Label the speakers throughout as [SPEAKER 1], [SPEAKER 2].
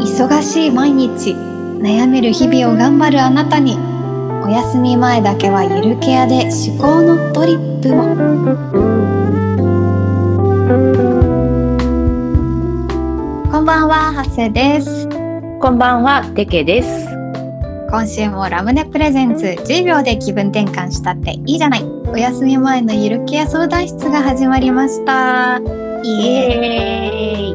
[SPEAKER 1] 忙しい毎日悩める日々を頑張るあなたにお休み前だけはゆるケアで思考のドリップをこんばんはハセです
[SPEAKER 2] こんばんは、てけです。
[SPEAKER 1] 今週もラムネプレゼンツ10秒で気分転換したっていいじゃないお休み前のゆるケア相談室が始まりましたイエーイ
[SPEAKER 2] エーイ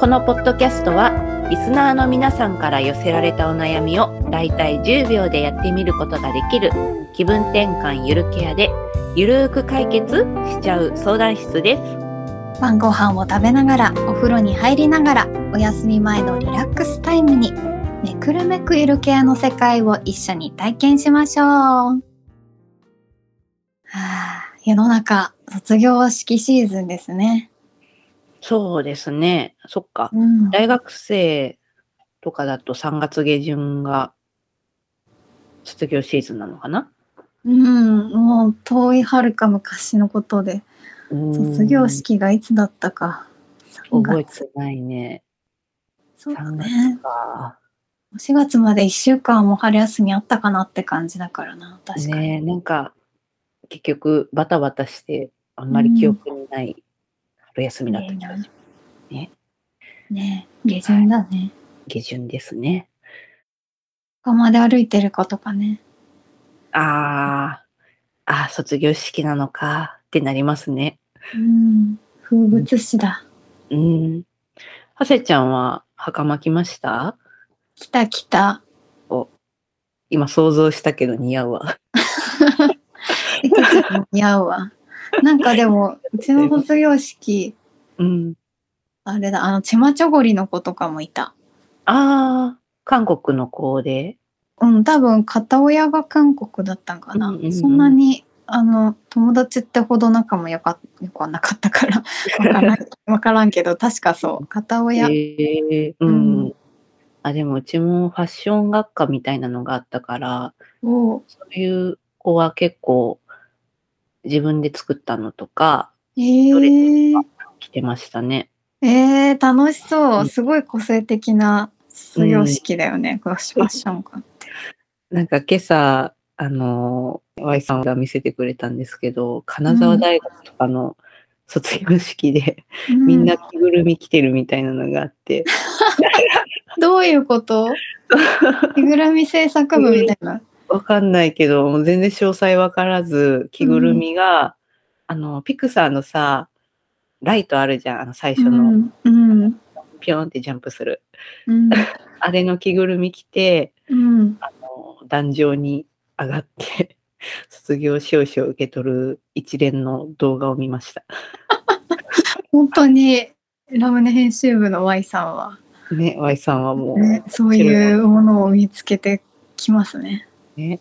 [SPEAKER 2] このポッドキャストは、リスナーの皆さんから寄せられたお悩みをだいたい10秒でやってみることができる気分転換ゆるケアで、ゆるーく解決しちゃう相談室です。
[SPEAKER 1] 晩ご飯を食べながらお風呂に入りながらお休み前のリラックスタイムにめくるめくゆるケアの世界を一緒に体験しましょう、はあ、世の中卒業式シーズンですね、
[SPEAKER 2] そうですね。そっか。
[SPEAKER 1] うん、
[SPEAKER 2] 大学生とかだと3月下旬が卒業シーズンなのかな
[SPEAKER 1] うん、もう遠いはるか昔のことで卒業式がいつだったか。
[SPEAKER 2] うん覚
[SPEAKER 1] 3
[SPEAKER 2] え
[SPEAKER 1] 月
[SPEAKER 2] てないね。
[SPEAKER 1] そうだ
[SPEAKER 2] 3
[SPEAKER 1] ね
[SPEAKER 2] 月。か。
[SPEAKER 1] 4月まで1週間も春休みあったかなって感じだからな。確かに。
[SPEAKER 2] ねえなんか結局バタバタしてあんまり記憶にない春休みだった気がします、
[SPEAKER 1] ね下旬だね。
[SPEAKER 2] 下旬ですね
[SPEAKER 1] 袴で歩いてる子とかね。
[SPEAKER 2] あーあー卒業式なのかってなりますね
[SPEAKER 1] うん。風物詩だ。
[SPEAKER 2] うんはせちゃんは袴着ました
[SPEAKER 1] 来た来た。
[SPEAKER 2] 今想像したけど似合うわ
[SPEAKER 1] いくつも似合うわ。 なんかでも、うちの卒業式、
[SPEAKER 2] うん
[SPEAKER 1] あれだ、あの、チマチョゴリの子とかもいた。
[SPEAKER 2] ああ韓国の子で
[SPEAKER 1] うん、多分片親が韓国だったんかな。
[SPEAKER 2] うんうんうん
[SPEAKER 1] そんなにあの友達ってほど仲もよかよくはなかったから わからんわからんけど確かそう片
[SPEAKER 2] え
[SPEAKER 1] 親、
[SPEAKER 2] ーうん、あでもうちもファッション学科みたいなのがあったから
[SPEAKER 1] を
[SPEAKER 2] そういう子は結構自分で作ったのとか
[SPEAKER 1] えー、
[SPEAKER 2] 着てましたね。
[SPEAKER 1] えー、楽しそううんすごい個性的な卒業式だよね、ファッションがって
[SPEAKER 2] なんか今朝、あのー、Y さんが見せてくれたんですけど、金沢大学とかの卒業式で、みんな
[SPEAKER 1] う
[SPEAKER 2] 着ぐるみ着てるみたいなのがあって、
[SPEAKER 1] どういうこと着ぐるみ制作部みたいな
[SPEAKER 2] わかんないけど、もう全然詳細わからず、着ぐるみが、あの、ピクサーのさ、ライトあるじゃん、あの最初
[SPEAKER 1] う
[SPEAKER 2] の、
[SPEAKER 1] んうん
[SPEAKER 2] ピョンってジャンプする。
[SPEAKER 1] うん
[SPEAKER 2] あれの着ぐるみ着て、
[SPEAKER 1] うん
[SPEAKER 2] あの壇上に上がって 卒業証書を受け取る一連の動画を見ました。
[SPEAKER 1] 本当にラムネ編集部の Y さんは
[SPEAKER 2] ね、Y さんはも
[SPEAKER 1] ね、
[SPEAKER 2] う、
[SPEAKER 1] そういうものを見つけてきますね。
[SPEAKER 2] ね、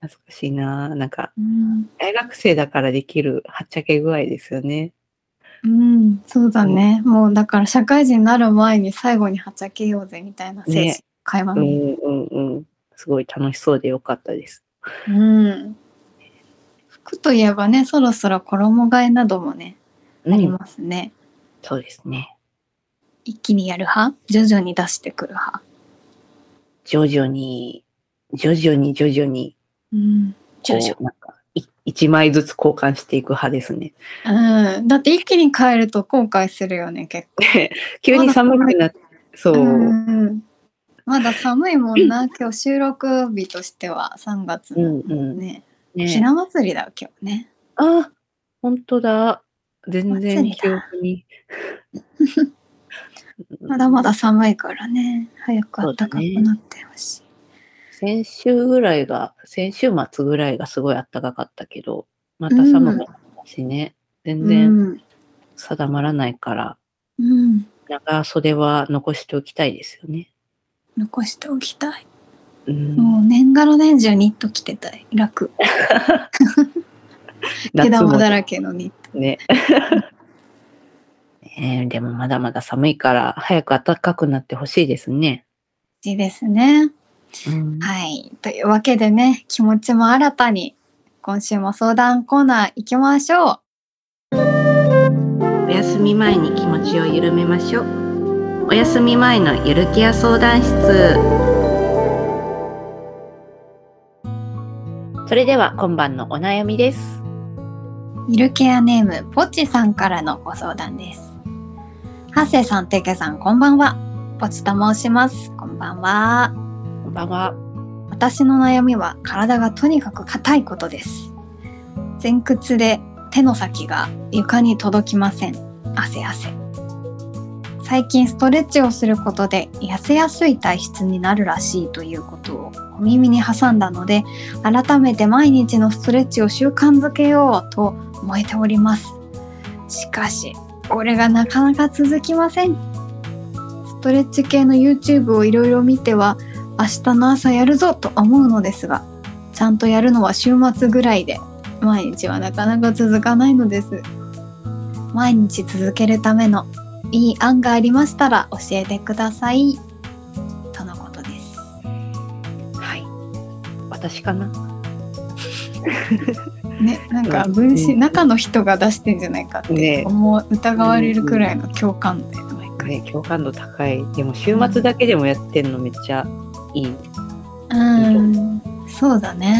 [SPEAKER 2] 懐かしいな。なんか、
[SPEAKER 1] うん、
[SPEAKER 2] 大学生だからできるはっちゃけ具合ですよね。
[SPEAKER 1] うん、そうだね。もうだから社会人になる前に最後にはっちゃけようぜみたいな精神
[SPEAKER 2] ね
[SPEAKER 1] 会話
[SPEAKER 2] う
[SPEAKER 1] ね。
[SPEAKER 2] んうんうん。すごい楽しそうでよかったです。
[SPEAKER 1] うん。服といえばね、そろそろ衣替えなどもね、あり
[SPEAKER 2] うん、
[SPEAKER 1] ますね。
[SPEAKER 2] そうですね。
[SPEAKER 1] 一気にやる派、徐々に出してくる派。
[SPEAKER 2] 徐々に、徐々に徐々に、
[SPEAKER 1] うん。
[SPEAKER 2] こ
[SPEAKER 1] 徐々
[SPEAKER 2] う、なんか、い一枚ずつ交換していく派ですね。
[SPEAKER 1] うん、だって一気に変えると後悔するよね、結構。
[SPEAKER 2] 急に寒くなって、そう。
[SPEAKER 1] うん。まだ寒いもん な、今日収録日としては3月
[SPEAKER 2] う
[SPEAKER 1] の
[SPEAKER 2] んうん。
[SPEAKER 1] ね、
[SPEAKER 2] ね
[SPEAKER 1] ひな祭りだよ今日ね。
[SPEAKER 2] あ、本当だ。全
[SPEAKER 1] お祭
[SPEAKER 2] 然
[SPEAKER 1] りだ
[SPEAKER 2] 記憶に。
[SPEAKER 1] まだまだ寒いからね、早く暖かくなってほしい。
[SPEAKER 2] 先週ぐらいが、先週末ぐらいがすごい暖かかったけど、また寒くなったしね、全然定まらないから、
[SPEAKER 1] うん、うん、
[SPEAKER 2] 長袖は残しておきたいですよね。
[SPEAKER 1] 残しておきたい。
[SPEAKER 2] うん、
[SPEAKER 1] もう年がら年中ニット着てたい。楽。毛
[SPEAKER 2] 夏
[SPEAKER 1] 玉
[SPEAKER 2] も
[SPEAKER 1] だらけのニット。
[SPEAKER 2] ね。ねえでもまだまだ寒いから、早く暖かくなってほしいですね。
[SPEAKER 1] いいですね。
[SPEAKER 2] うん
[SPEAKER 1] はい。というわけでね、気持ちも新たに、今週も相談コーナー行きましょう。
[SPEAKER 2] おやすみみ前に気持ちを緩めましょうお休み前のゆるケア相談室それでは今晩のお悩みです
[SPEAKER 1] ゆるケアネームポチさんからのご相談ですハッセイさん、テケさん、こんばんは。ポチと申します。こんばんは。
[SPEAKER 2] こんばんは
[SPEAKER 1] 私の悩みは体がとにかく硬いことです前屈で手の先が床に届きません汗汗最近ストレッチをすることで痩せやすい体質になるらしいということをお耳に挟んだので改めて毎日のストレッチを習慣づけようと思えておりますしかしこれがなかなか続きませんストレッチ系の YouTube をいろいろ見ては明日の朝やるぞと思うのですがちゃんとやるのは週末ぐらいで毎日はなかなか続かないのです毎日続けるためのいい案がありましたら教えてくださいとのことです
[SPEAKER 2] はい私かな
[SPEAKER 1] ねなんか分子中の人が出してんじゃないかって
[SPEAKER 2] ね
[SPEAKER 1] 思う疑われるくらいの共感で毎回
[SPEAKER 2] ね共感度高いでも週末だけでもやってんのめっちゃいい、
[SPEAKER 1] うんそうだね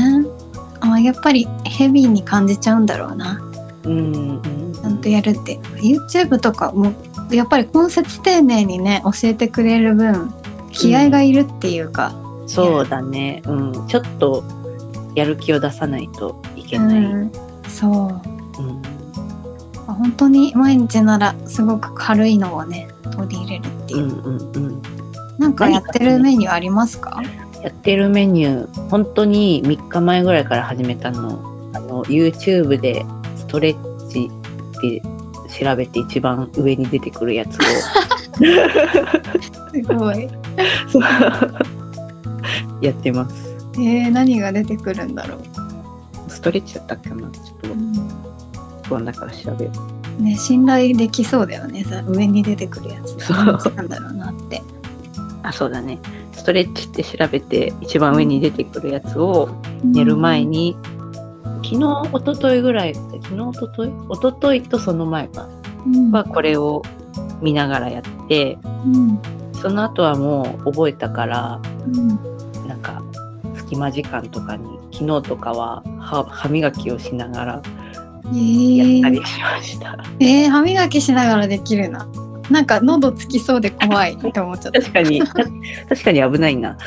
[SPEAKER 1] あやっぱりヘビーに感じちゃうんだろうな
[SPEAKER 2] うんうん、
[SPEAKER 1] ちゃんとやるって YouTube とかもやっぱり根節丁寧にね教えてくれる分気合がいるっていうか、
[SPEAKER 2] そうだね、うん、ちょっとやる気を出さないといけ
[SPEAKER 1] う
[SPEAKER 2] ない、うん
[SPEAKER 1] んそう本当に毎日ならすごく軽いのをね取り入れるっていうう、
[SPEAKER 2] んうんうん、
[SPEAKER 1] なんかやってるメニューありますか
[SPEAKER 2] やってるメニュー本当に3日前ぐらいから始めたのあの YouTube でストレッチって調べて一番上に出てくるやつを
[SPEAKER 1] すごい
[SPEAKER 2] そうやってます
[SPEAKER 1] えー、何が出てくるんだろう、
[SPEAKER 2] ストレッチだったっけなちょっと不安だから調べよう
[SPEAKER 1] ね信頼できそうだよねさ上に出てくるやつ
[SPEAKER 2] そう
[SPEAKER 1] なんだろうなって
[SPEAKER 2] あそうだねストレッチって調べて一番上に出てくるやつを 寝る前に、昨日一昨日ぐらい昨日一昨日一昨日とその前か
[SPEAKER 1] うん
[SPEAKER 2] はこれを見ながらやって
[SPEAKER 1] うん
[SPEAKER 2] その後はもう覚えたから
[SPEAKER 1] うん
[SPEAKER 2] なんか隙間時間とかに昨日とかは歯歯磨きをしながら
[SPEAKER 1] え
[SPEAKER 2] や
[SPEAKER 1] ー
[SPEAKER 2] ったりしました、
[SPEAKER 1] えー、歯磨きしながらできるな。なんか喉つきそうで怖いって思っち ゃった。
[SPEAKER 2] 確かにた確かに危ないな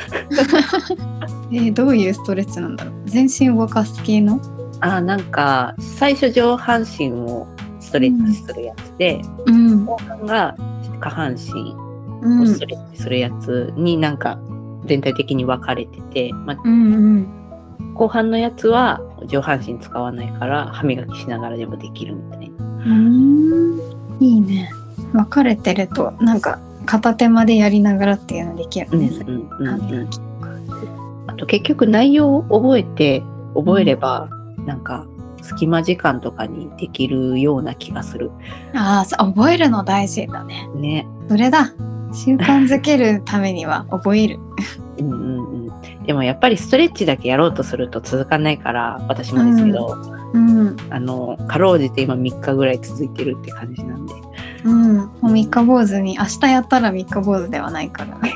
[SPEAKER 1] えー、どういうストレッチなんだろう。全身動かす系の。
[SPEAKER 2] あーなんか最初上半身をストレッチするやつで、
[SPEAKER 1] うん。
[SPEAKER 2] 後半が下半身
[SPEAKER 1] うん。う
[SPEAKER 2] を
[SPEAKER 1] ん
[SPEAKER 2] ストレッチするやつになんか全体的に分かれてて、まあ
[SPEAKER 1] うん。
[SPEAKER 2] 後半のやつは上半身使わないから歯磨きしながらでもできるみたいな。
[SPEAKER 1] うーん。いいね。分かれてるとなんか片手までやりながらっていうのできるね。それ
[SPEAKER 2] うんうん
[SPEAKER 1] 歯
[SPEAKER 2] うんう
[SPEAKER 1] 磨
[SPEAKER 2] ん
[SPEAKER 1] きとか。
[SPEAKER 2] あと結局内容を覚えて覚えれば、なんか隙間時間とかにできるような気がする
[SPEAKER 1] ああ、そう覚えるの大事だね。
[SPEAKER 2] ね。
[SPEAKER 1] それだ。習慣づけるためには覚える。
[SPEAKER 2] うんうんうん、でもやっぱりストレッチだけやろうとすると続かないから私もですけど、
[SPEAKER 1] うん。
[SPEAKER 2] あのかろうじて今3日ぐらい続いてるって感じなんで
[SPEAKER 1] うん。もう三日坊主に明日やったら三日坊主ではないからね。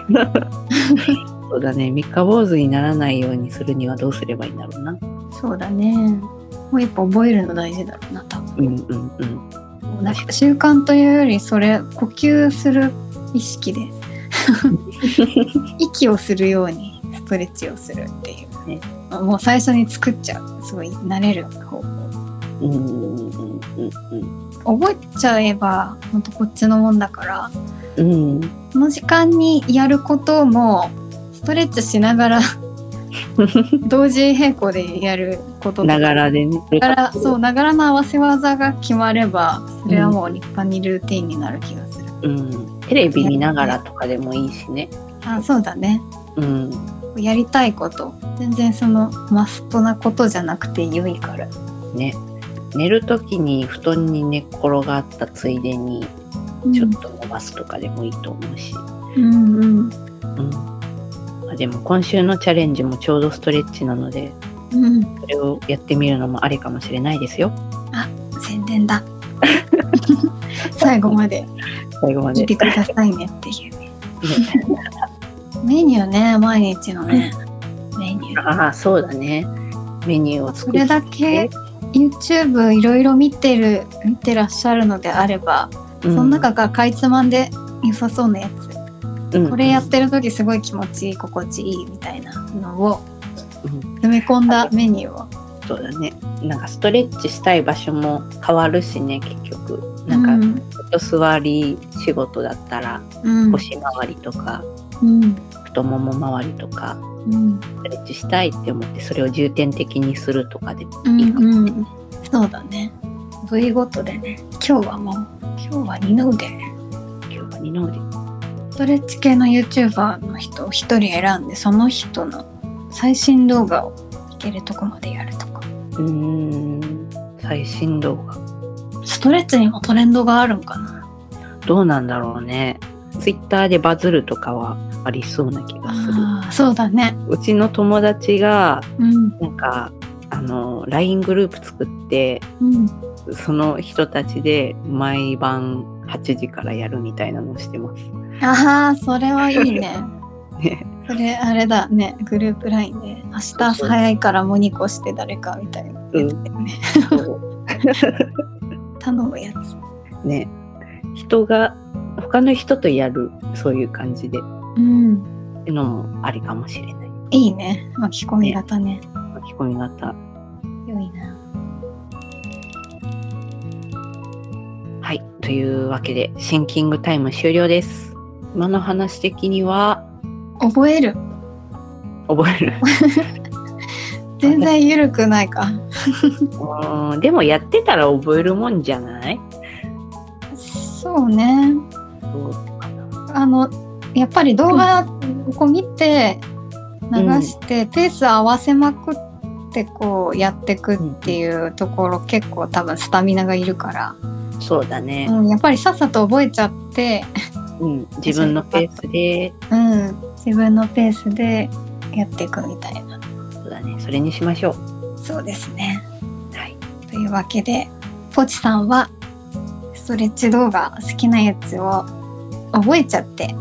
[SPEAKER 2] そうだね三日坊主にならないようにするにはどうすればいいんだろうな。
[SPEAKER 1] そうだね。もう一歩覚えるの大事だろうな、多分。
[SPEAKER 2] うんうんうん、
[SPEAKER 1] なんか習慣というより、それ、呼吸する意識で。息をするようにストレッチをするっていう。
[SPEAKER 2] ね
[SPEAKER 1] もう最初に作っちゃう。すごい慣れる方法。
[SPEAKER 2] うんうんうんうん
[SPEAKER 1] 覚えちゃえば、ほんとこっちのもんだから、
[SPEAKER 2] うんうん
[SPEAKER 1] この時間にやることも、ストレッチしながら、同時並行でやることとか
[SPEAKER 2] ながらでね。
[SPEAKER 1] だからそうながらの合わせ技が決まればそれはもう立派にルーティンになる気がする、
[SPEAKER 2] うん、テレビ見ながらとかでもいいしね。
[SPEAKER 1] あそうだね
[SPEAKER 2] うん、
[SPEAKER 1] やりたいこと全然そのマストなことじゃなくて良いから
[SPEAKER 2] ね。寝るときに布団に寝っ転がったついでにちょっと伸ばすとかでもいいと思うし。
[SPEAKER 1] うんうん
[SPEAKER 2] うん。あでも今週のチャレンジもちょうどストレッチなので、
[SPEAKER 1] うん
[SPEAKER 2] それを やってみるのもありかもしれないですよ。
[SPEAKER 1] 宣伝だそ最後まで
[SPEAKER 2] 最後ま
[SPEAKER 1] 聞
[SPEAKER 2] で
[SPEAKER 1] い。てくださいねっていうね。メニューね、毎日のね、メニュー。
[SPEAKER 2] ああ、そうだね。メニューを作
[SPEAKER 1] そ
[SPEAKER 2] って
[SPEAKER 1] れだけ YouTube いろいろ見てる、見てらっしゃるのであれば、
[SPEAKER 2] うん
[SPEAKER 1] その中からかいつまんで良さそうなやつ。
[SPEAKER 2] うん
[SPEAKER 1] これやってる時すごい気持ちいい心地いいみたいなのを
[SPEAKER 2] うん
[SPEAKER 1] 詰め込んだメニューを
[SPEAKER 2] そうだね。なんかストレッチしたい場所も変わるしね、結局。なんか、一座り仕事だったら、
[SPEAKER 1] うんうん
[SPEAKER 2] 腰回りとか、
[SPEAKER 1] うん
[SPEAKER 2] 太もも周りとか、
[SPEAKER 1] うん
[SPEAKER 2] ストレッチしたいって思って、それを重点的にするとかでいいか
[SPEAKER 1] う
[SPEAKER 2] もね。
[SPEAKER 1] んうんそうだね部位ごとでね今日はもう今日は二の腕
[SPEAKER 2] 今日は二の腕。
[SPEAKER 1] ストレッチ系の YouTuber の人を一人選んでその人の最新動画をいけるとこまでやるとか
[SPEAKER 2] うーん、最新動画。
[SPEAKER 1] ストレッチにもトレンドがあるんかな
[SPEAKER 2] どうなんだろうね。ツイッターでバズるとかはありそうな気がする。
[SPEAKER 1] あーそうだね
[SPEAKER 2] うちの友達が、
[SPEAKER 1] うん
[SPEAKER 2] なんか、あの、LINE グループ作って、
[SPEAKER 1] うん
[SPEAKER 2] その人たちで毎晩8時からやるみたいなのをし てます。
[SPEAKER 1] ああそれはいいね
[SPEAKER 2] ね、
[SPEAKER 1] それあれだねグループ LINE で明日朝早いからモニコして誰かみたいなやつだよね、頼むやつ
[SPEAKER 2] ね、人が、他の人とやる、そういう感じで、
[SPEAKER 1] うん
[SPEAKER 2] ってのもありかもしれない。
[SPEAKER 1] いいね巻き込み型ね
[SPEAKER 2] 巻き込み型。
[SPEAKER 1] 良いな
[SPEAKER 2] はい。というわけで、シンキングタイム終了です。今の話的には、
[SPEAKER 1] 覚える
[SPEAKER 2] 覚える。
[SPEAKER 1] 全然緩くないか
[SPEAKER 2] うんでもやってたら覚えるもんじゃない
[SPEAKER 1] そうね
[SPEAKER 2] どうかな
[SPEAKER 1] あのやっぱり動画をこう見て流して、ペース合わせまくってこうやってくっていうところ結構多分スタミナがいるか
[SPEAKER 2] そうだ
[SPEAKER 1] ら、
[SPEAKER 2] ね。
[SPEAKER 1] うん、やっぱりさっさと覚えちゃって
[SPEAKER 2] うん。自分のペースで、
[SPEAKER 1] うん、自分のペースでやっていくみたいな。
[SPEAKER 2] そうだね。それにしましょう。
[SPEAKER 1] そうですね。
[SPEAKER 2] はい。
[SPEAKER 1] というわけで、ポチさんはストレッチ動画好きなやつを覚えちゃって、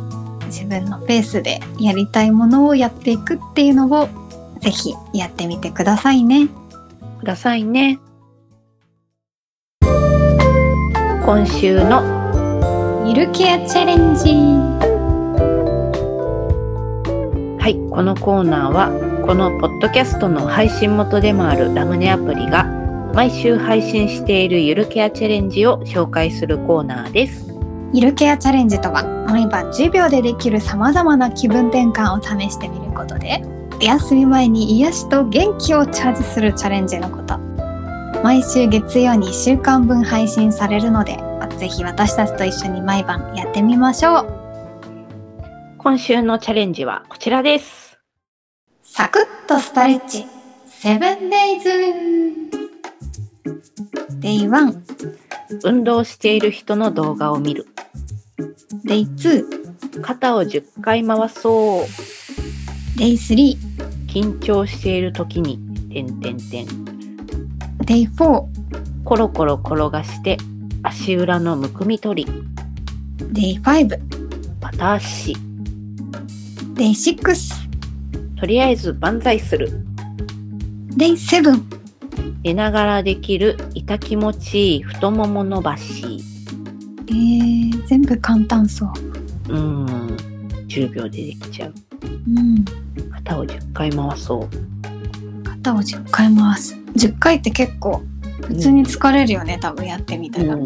[SPEAKER 1] 自分のペースでやりたいものをやっていくっていうのをぜひやってみてくださいね。
[SPEAKER 2] くださいね。今週の
[SPEAKER 1] ゆるケアチャレンジ。
[SPEAKER 2] はいこのコーナーはこのポッドキャストの配信元でもあるラムネアプリが毎週配信しているゆるケアチャレンジを紹介するコーナーです。
[SPEAKER 1] ゆるケアチャレンジとは毎晩10秒でできるさまざまな気分転換を試してみることでお休み前に癒しと元気をチャージするチャレンジのこと毎週月曜に1週間分配信されるのでぜひ私たちと一緒に毎晩やってみましょう
[SPEAKER 2] 今週のチャレンジはこちらです。
[SPEAKER 1] サクッとストレッチセブンデイズ Day1
[SPEAKER 2] 運動している人の動画を見る
[SPEAKER 1] Day2
[SPEAKER 2] 肩を10回回そう
[SPEAKER 1] Day3
[SPEAKER 2] 緊張している時に点点点
[SPEAKER 1] Day4
[SPEAKER 2] コロコロ転がして足裏のむくみ取り
[SPEAKER 1] Day5
[SPEAKER 2] バタ足
[SPEAKER 1] Day6
[SPEAKER 2] とりあえず万歳する
[SPEAKER 1] Day7
[SPEAKER 2] 寝ながらできる痛気持ちいい太もも伸ばし
[SPEAKER 1] えー、全部簡単そう。
[SPEAKER 2] うーん10秒でできちゃう
[SPEAKER 1] うん。
[SPEAKER 2] 肩を10回回そう
[SPEAKER 1] 肩を10回回す。10回って結構普通に疲れるよね、多分やってみたら。
[SPEAKER 2] ん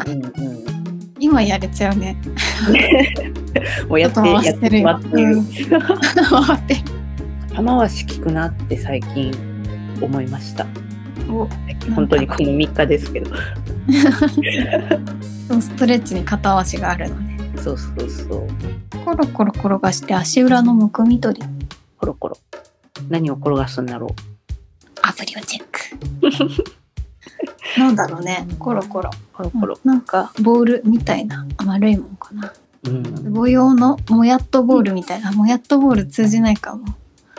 [SPEAKER 1] 今やれちゃうね。
[SPEAKER 2] もうやって
[SPEAKER 1] ちょっと
[SPEAKER 2] や
[SPEAKER 1] 回
[SPEAKER 2] っ
[SPEAKER 1] して
[SPEAKER 2] て
[SPEAKER 1] る
[SPEAKER 2] もら
[SPEAKER 1] よ
[SPEAKER 2] ってる、
[SPEAKER 1] 回ってる。
[SPEAKER 2] 玉回し効くなって最近思いました
[SPEAKER 1] お
[SPEAKER 2] 本当にこの3日ですけど
[SPEAKER 1] でもストレッチに片足があるのね。
[SPEAKER 2] そうそうそう
[SPEAKER 1] コロコロ転がして足裏のむくみ取り。
[SPEAKER 2] コロコロ何を転がすんだろう
[SPEAKER 1] アプリをチェック。なんだろうね。コロコロ。
[SPEAKER 2] コロコロ
[SPEAKER 1] なんかボールみたいな丸いもんかな。
[SPEAKER 2] うん、い
[SPEAKER 1] 母用のもやっとボールみたいな。もやっとボール通じないかも。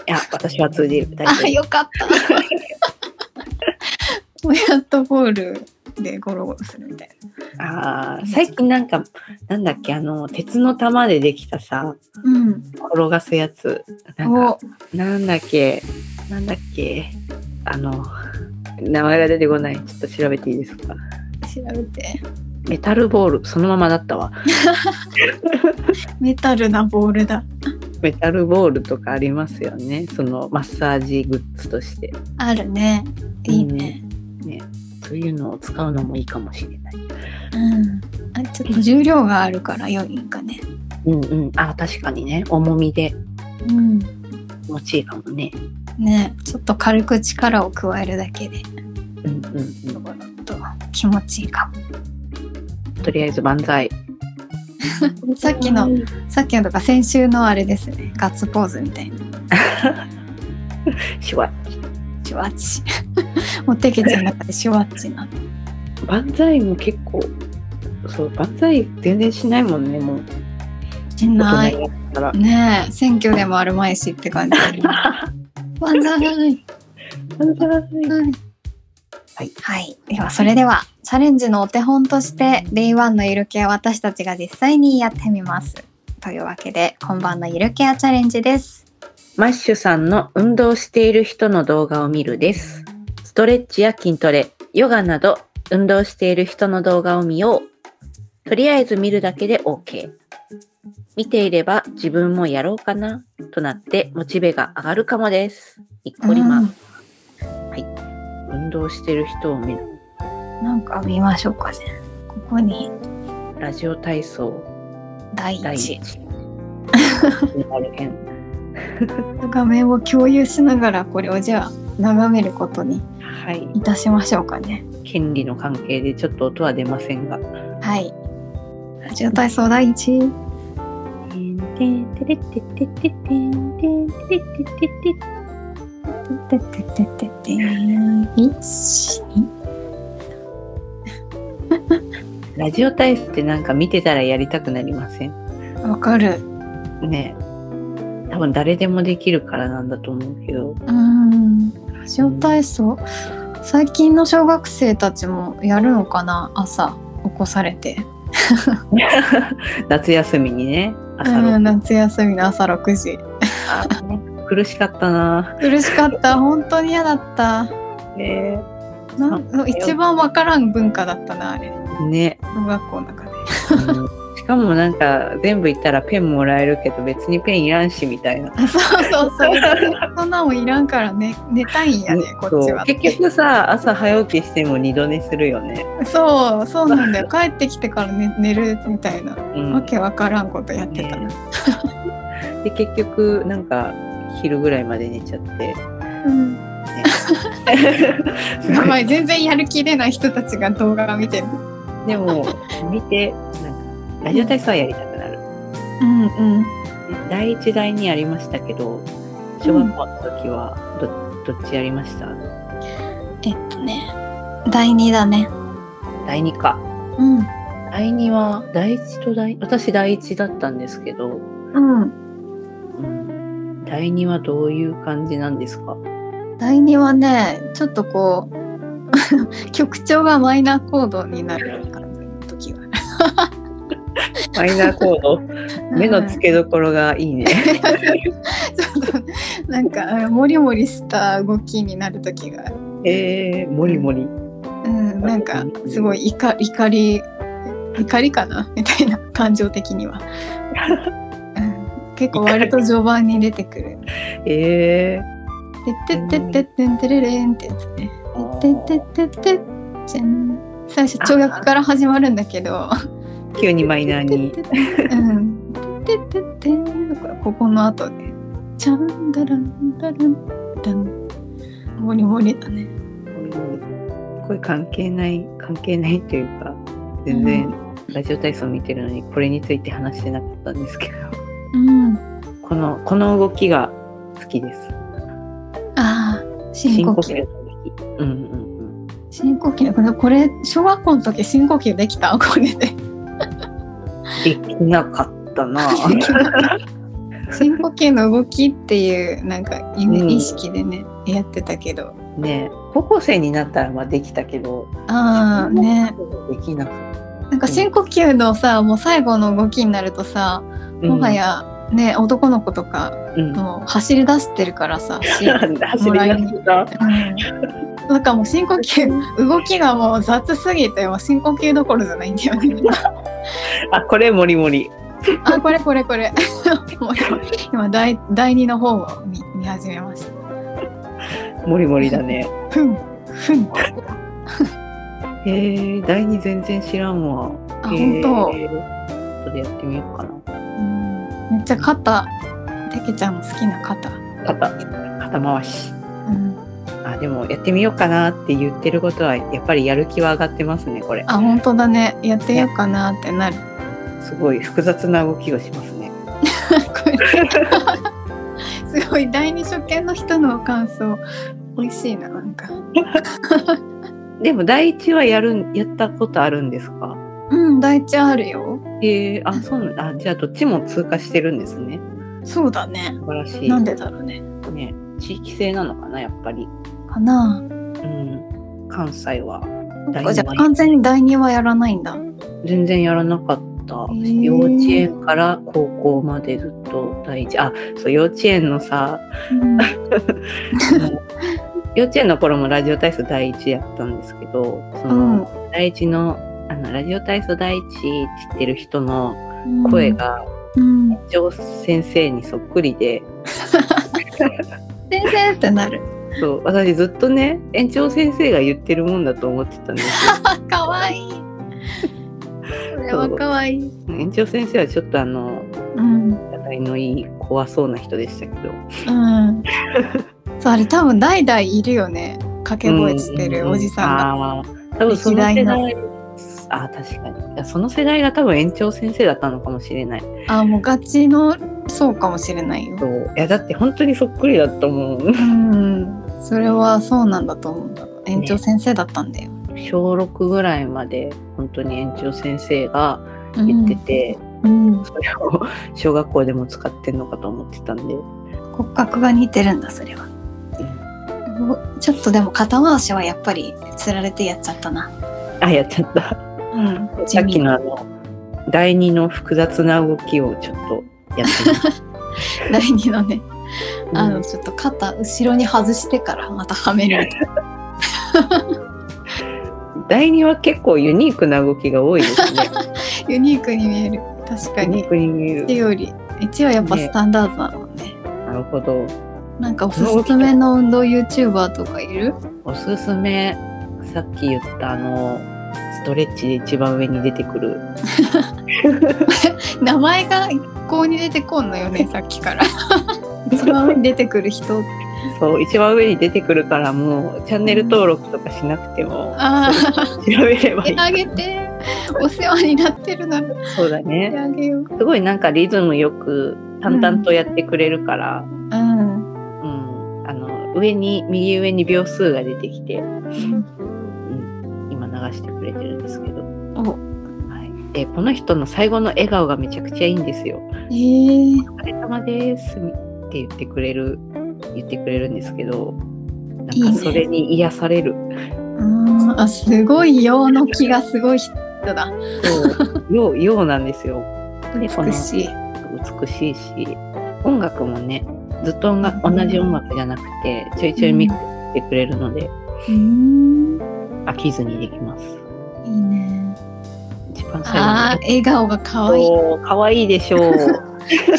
[SPEAKER 2] や私は通じる大
[SPEAKER 1] あ、
[SPEAKER 2] 丈
[SPEAKER 1] よかった。もやっとボールでゴロゴロするみたい
[SPEAKER 2] あー最近なんかなんだっけあの鉄の玉でできたさ
[SPEAKER 1] な。うん。
[SPEAKER 2] 転がすやつなんか
[SPEAKER 1] お、
[SPEAKER 2] なんだっけなんだっけあの名前が出てこないちょっと調べていいです
[SPEAKER 1] 調
[SPEAKER 2] か
[SPEAKER 1] べて。
[SPEAKER 2] メタルボールそのままだったわ
[SPEAKER 1] メタルなボールだ。
[SPEAKER 2] メタルボールとかありますよねそのマッサージグッズとして
[SPEAKER 1] あるね。いいね。
[SPEAKER 2] ねそういうのを使うのもいいかもしれない
[SPEAKER 1] うん。あちょっと重量があるから良いんかね。
[SPEAKER 2] うんうんあ確かにね重みで
[SPEAKER 1] うん。
[SPEAKER 2] 気持ちいいかもね
[SPEAKER 1] ねちょっと軽く力を加えるだけで、
[SPEAKER 2] うんうんうん
[SPEAKER 1] ゴロッと気持ちいいかも。
[SPEAKER 2] とりあえず万歳。
[SPEAKER 1] さっきのさっきのとか先週のあれですね。ガッツポーズみたいな。
[SPEAKER 2] しわ。
[SPEAKER 1] シュワッ チ。持ってけちゃんの中でシュワッチなの。
[SPEAKER 2] 万歳も結構、そう、万歳全然しないもんね、もう。
[SPEAKER 1] しな
[SPEAKER 2] 大
[SPEAKER 1] い。
[SPEAKER 2] 人になったら。
[SPEAKER 1] ねえ、選挙でもあるまいしって感じ。 万歳。はい。
[SPEAKER 2] 万歳。
[SPEAKER 1] はい。では、それでは、チャレンジのお手本として、デイワンのゆるケア私たちが実際にやってみます。というわけで、今晩のゆるケアチャレンジです。
[SPEAKER 2] マッシュさんの運動している人の動画を見るです。ストレッチや筋トレ、ヨガなど、運動している人の動画を見よう。とりあえず見るだけで OK。見ていれば自分もやろうかなとなってモチベが上がるかもです。にっこりま、
[SPEAKER 1] う
[SPEAKER 2] 運動している人を見る。
[SPEAKER 1] んなんか見ましょうかね。ここに、
[SPEAKER 2] ラジオ体操。
[SPEAKER 1] 第
[SPEAKER 2] 第
[SPEAKER 1] 一。
[SPEAKER 2] 一。なる編
[SPEAKER 1] 画面を共有しながら、これをじゃあ、眺めることに
[SPEAKER 2] はい。
[SPEAKER 1] いたしましょうかね。
[SPEAKER 2] 権利の関係でちょっと音は出ませんが。
[SPEAKER 1] はい。ラジオ体操第一。てってってってって。一、二。
[SPEAKER 2] ラジオ体操ってなんか見てたらやりたくなりません
[SPEAKER 1] わかる。
[SPEAKER 2] ねえ多分誰でもできるからなんだと思うけど。
[SPEAKER 1] うん。ラジオ体操。最近の小学生たちもやるのかな朝起こされて。
[SPEAKER 2] 夏休みにね、朝
[SPEAKER 1] う
[SPEAKER 2] 6
[SPEAKER 1] ん、夏休みの朝6時。
[SPEAKER 2] 苦しかったな。
[SPEAKER 1] 苦しかった。本当に嫌だった。
[SPEAKER 2] ね
[SPEAKER 1] なん一番わからん文化だったな、あれ。
[SPEAKER 2] えね
[SPEAKER 1] 小学校の中で。
[SPEAKER 2] うんしかもなんか全部言ったらペンもらえるけど別にペンいらんしみたいな。
[SPEAKER 1] あそうそうそう。別にそんなもんいらんからね、寝たいんやね、こっち
[SPEAKER 2] そ
[SPEAKER 1] は
[SPEAKER 2] う。結局さ朝早起きしても二度寝するよね、
[SPEAKER 1] そう、そうなんだよ。帰ってきてから寝寝るみたいな。
[SPEAKER 2] うん
[SPEAKER 1] わけわからんことやってた
[SPEAKER 2] ね
[SPEAKER 1] な。
[SPEAKER 2] で結局なんか昼ぐらいまで寝ちゃ って、ね
[SPEAKER 1] うん。
[SPEAKER 2] すご
[SPEAKER 1] ま
[SPEAKER 2] い
[SPEAKER 1] あ全然やる気出ない人たちが動画を見てる。
[SPEAKER 2] でも見てなんかラジオ体操はやりたくなる、
[SPEAKER 1] うんうん。
[SPEAKER 2] 第一第二やりましたけど小学校の時はど,、どっちやりました
[SPEAKER 1] えっとね、第二だね。
[SPEAKER 2] 第二か
[SPEAKER 1] うん。
[SPEAKER 2] 第二は第一と第私第一だったんですけど、
[SPEAKER 1] うん。
[SPEAKER 2] うん、第二はどういう感じなんですか
[SPEAKER 1] 第二はね、ちょっとこう、 曲調がマイナーコードになる感じの時は。
[SPEAKER 2] マイナーコー ド目の付けどころがい いね
[SPEAKER 1] ちょっと、なんか、もりもりした動きになる時が、
[SPEAKER 2] えー、もりもり
[SPEAKER 1] うん、なんか、すごい怒怒り、怒りかなみたいな、感情的には。うん、結構割と序盤に出てくる。
[SPEAKER 2] えー、
[SPEAKER 1] てってってってんてれれんってやつね。てってってってじゃん。最初跳躍から始まるんだけど。
[SPEAKER 2] 急にマイナーに。
[SPEAKER 1] うん。てってってだからここの後で。ちゃんだらんだらんだん。もりもりだね。
[SPEAKER 2] これ関係ない関係ないというか全然、
[SPEAKER 1] う
[SPEAKER 2] ラジオ体操見てるのにこれについて話してなかったんですけど
[SPEAKER 1] うん。
[SPEAKER 2] このこの動きが好きです
[SPEAKER 1] ああ。深呼吸。
[SPEAKER 2] の動きうんうん
[SPEAKER 1] 深呼吸。これ、これ小学校の時深呼吸できた これで。
[SPEAKER 2] うんできなかっ たな
[SPEAKER 1] 深呼吸の動きっていう、なんか、イメ
[SPEAKER 2] うん
[SPEAKER 1] 意識でね、やってたけど。
[SPEAKER 2] ね高校生になったらまあできたけど、
[SPEAKER 1] あーね
[SPEAKER 2] できなく
[SPEAKER 1] なんか深呼吸のさもう最後の動きになるとさ、
[SPEAKER 2] て
[SPEAKER 1] もは、やね男の子とか
[SPEAKER 2] うん、
[SPEAKER 1] もう走り出してるからさ、し
[SPEAKER 2] なんだ走り出した。
[SPEAKER 1] うんなんかもう深呼吸動きがもう雑すぎてもう深呼吸どころじゃないんだよね
[SPEAKER 2] あ、これモリモリ。
[SPEAKER 1] あこれこれこれ もう今第第二の方を見見始めました
[SPEAKER 2] モリモリだね。
[SPEAKER 1] ふんふんあ
[SPEAKER 2] へえ、第二全然知らんわ。
[SPEAKER 1] 本当、
[SPEAKER 2] へー後でやってみようかな。
[SPEAKER 1] うんめっちゃ肩てけちゃんも好きな肩、
[SPEAKER 2] 肩、肩回し。
[SPEAKER 1] うん、
[SPEAKER 2] あ、でもやってみようかなって言ってることは、やっぱりやる気は上がってますね。これ。
[SPEAKER 1] あ本当だねやってようかなってなる
[SPEAKER 2] すごい複雑な動きをしますね。
[SPEAKER 1] これすごい第二初見の人の感想美味しいななんか
[SPEAKER 2] でも第一はやるん、やったことあるんですか。
[SPEAKER 1] うん第一あるよ
[SPEAKER 2] ええ、あ、そうなんだ。あじゃあ、どっちも通過してるんですね。
[SPEAKER 1] そうだね
[SPEAKER 2] 素晴らしい。
[SPEAKER 1] なんでだろうね
[SPEAKER 2] ね、地域性なのかな、やっぱり。
[SPEAKER 1] かな
[SPEAKER 2] うん、関西は第二
[SPEAKER 1] あじゃあ
[SPEAKER 2] は
[SPEAKER 1] 完全に第二はやらないんだ
[SPEAKER 2] 全然やらなかった
[SPEAKER 1] へ。ー
[SPEAKER 2] 幼稚園から高校までずっと第一あそう幼稚園のさ
[SPEAKER 1] うん
[SPEAKER 2] 幼稚園の頃もラジオ体操第一やったんですけどその、第一のあのラジオ体操第一って言ってる人の声、が
[SPEAKER 1] うんうん
[SPEAKER 2] 上先生にそっくりで、
[SPEAKER 1] 先生ってなる
[SPEAKER 2] そう私ずっとね園長先生が言ってるもんだと思ってたんです よ
[SPEAKER 1] あかわいいそれはかわいい
[SPEAKER 2] 園長先生はちょっとあの
[SPEAKER 1] うん、うん、
[SPEAKER 2] 体のいい怖そうな人でしたけど
[SPEAKER 1] そうあれ多分代々いるよね掛け声してるおじさんが、
[SPEAKER 2] が。あー多分その世
[SPEAKER 1] 歴代の
[SPEAKER 2] 代あー確かにいやその世代が多分園長先生だったのかもしれない
[SPEAKER 1] あもうガチのそうかもしれないよ
[SPEAKER 2] そういやだって本当にそっくりだったもん
[SPEAKER 1] うんそれはそうなんだと思うんだ園長先生だったんだよ、
[SPEAKER 2] 小6ぐらいまで本当に園長先生が
[SPEAKER 1] うん
[SPEAKER 2] 言ってて、
[SPEAKER 1] うん、
[SPEAKER 2] それを小学校でも使ってんのかと思ってたんで
[SPEAKER 1] 骨格が似てるんだそれは、おちょっとでも肩回しはやっぱりつられてやっちゃったな
[SPEAKER 2] あやっちゃった
[SPEAKER 1] うん
[SPEAKER 2] さっき
[SPEAKER 1] 地味
[SPEAKER 2] のあの第二の複雑な動きをちょっとやってみた
[SPEAKER 1] 第二のね
[SPEAKER 2] う ん
[SPEAKER 1] あのちょっと肩後ろに外してからまたはめるみたい
[SPEAKER 2] 第二は結構ユニークな動きが多いで すね
[SPEAKER 1] なユニークに見える確か
[SPEAKER 2] ユニ
[SPEAKER 1] に
[SPEAKER 2] ークに見え
[SPEAKER 1] 1
[SPEAKER 2] る
[SPEAKER 1] より1はやっぱスタンダードだもんね
[SPEAKER 2] なるほど
[SPEAKER 1] なんかおすすめの運動 YouTuber とかいる
[SPEAKER 2] おすすめさっき言ったあのストレッチで一番上に出てくる
[SPEAKER 1] 名前が一向に出てこんのよねさっき から一番上に出てくる人
[SPEAKER 2] そう一番上に出てくるからもうチャンネル登録とかしなくても、
[SPEAKER 1] ああ
[SPEAKER 2] 調べればい
[SPEAKER 1] 手
[SPEAKER 2] い
[SPEAKER 1] あげてお世話になってるなら
[SPEAKER 2] そうだ
[SPEAKER 1] 手
[SPEAKER 2] ね
[SPEAKER 1] あげよう
[SPEAKER 2] すごいなんかリズムよく淡々とやってくれるから、
[SPEAKER 1] うん
[SPEAKER 2] うんあの上に右上に秒数が出てきて、うん、今流してくれてるんですけど、
[SPEAKER 1] お
[SPEAKER 2] はい、でこの人の最後の笑顔がめちゃくちゃいいんですよ。
[SPEAKER 1] えー、
[SPEAKER 2] お疲れ様ですって言ってくれる言ってくれるんですけど
[SPEAKER 1] いい
[SPEAKER 2] なん
[SPEAKER 1] ね
[SPEAKER 2] かそれに癒される
[SPEAKER 1] うんあすごい用の気がすごい人だ
[SPEAKER 2] そうようようなんですよ
[SPEAKER 1] 美しい
[SPEAKER 2] 美しいし音楽もねずっと音楽同じ音楽じゃなくてちょいちょいミックスしてくれるので、
[SPEAKER 1] うん
[SPEAKER 2] 飽きずにできます
[SPEAKER 1] いいね
[SPEAKER 2] 一番最
[SPEAKER 1] あ
[SPEAKER 2] 後
[SPEAKER 1] ー笑顔が可愛い
[SPEAKER 2] のかわいいでしょう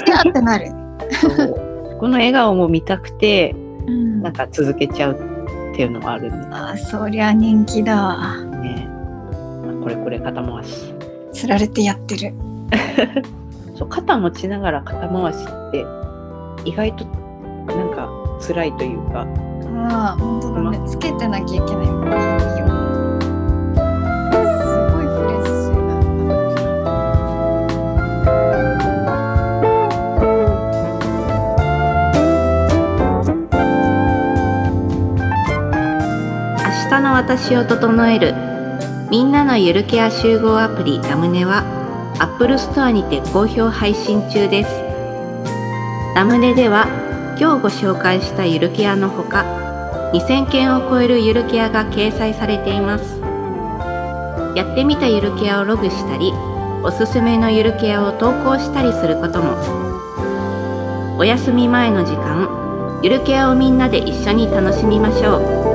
[SPEAKER 1] キャーってなる、
[SPEAKER 2] そうこの笑顔も見たくて
[SPEAKER 1] うん
[SPEAKER 2] なんか続けちゃうっていうのがあるんで
[SPEAKER 1] あーそりゃ人気だわ
[SPEAKER 2] すね、まあこれこれ肩回し
[SPEAKER 1] つられてやってる
[SPEAKER 2] そう肩持ちながら肩回しって意外となんか辛いというか
[SPEAKER 1] ああ本当だねつけてなきゃいけないもんいいよすごいフレッシュな
[SPEAKER 2] 明日の私を整えるみんなのゆるケア集合アプリラムネは Apple Store にて好評配信中ですラムネでは今日ご紹介したゆるケアのほか
[SPEAKER 3] 2000件を超えるゆるケアが掲載されていますやってみたゆるケアをログしたりおすすめのゆるケアを投稿したりすることもお休み前の時間ゆるケアをみんなで一緒に楽しみましょう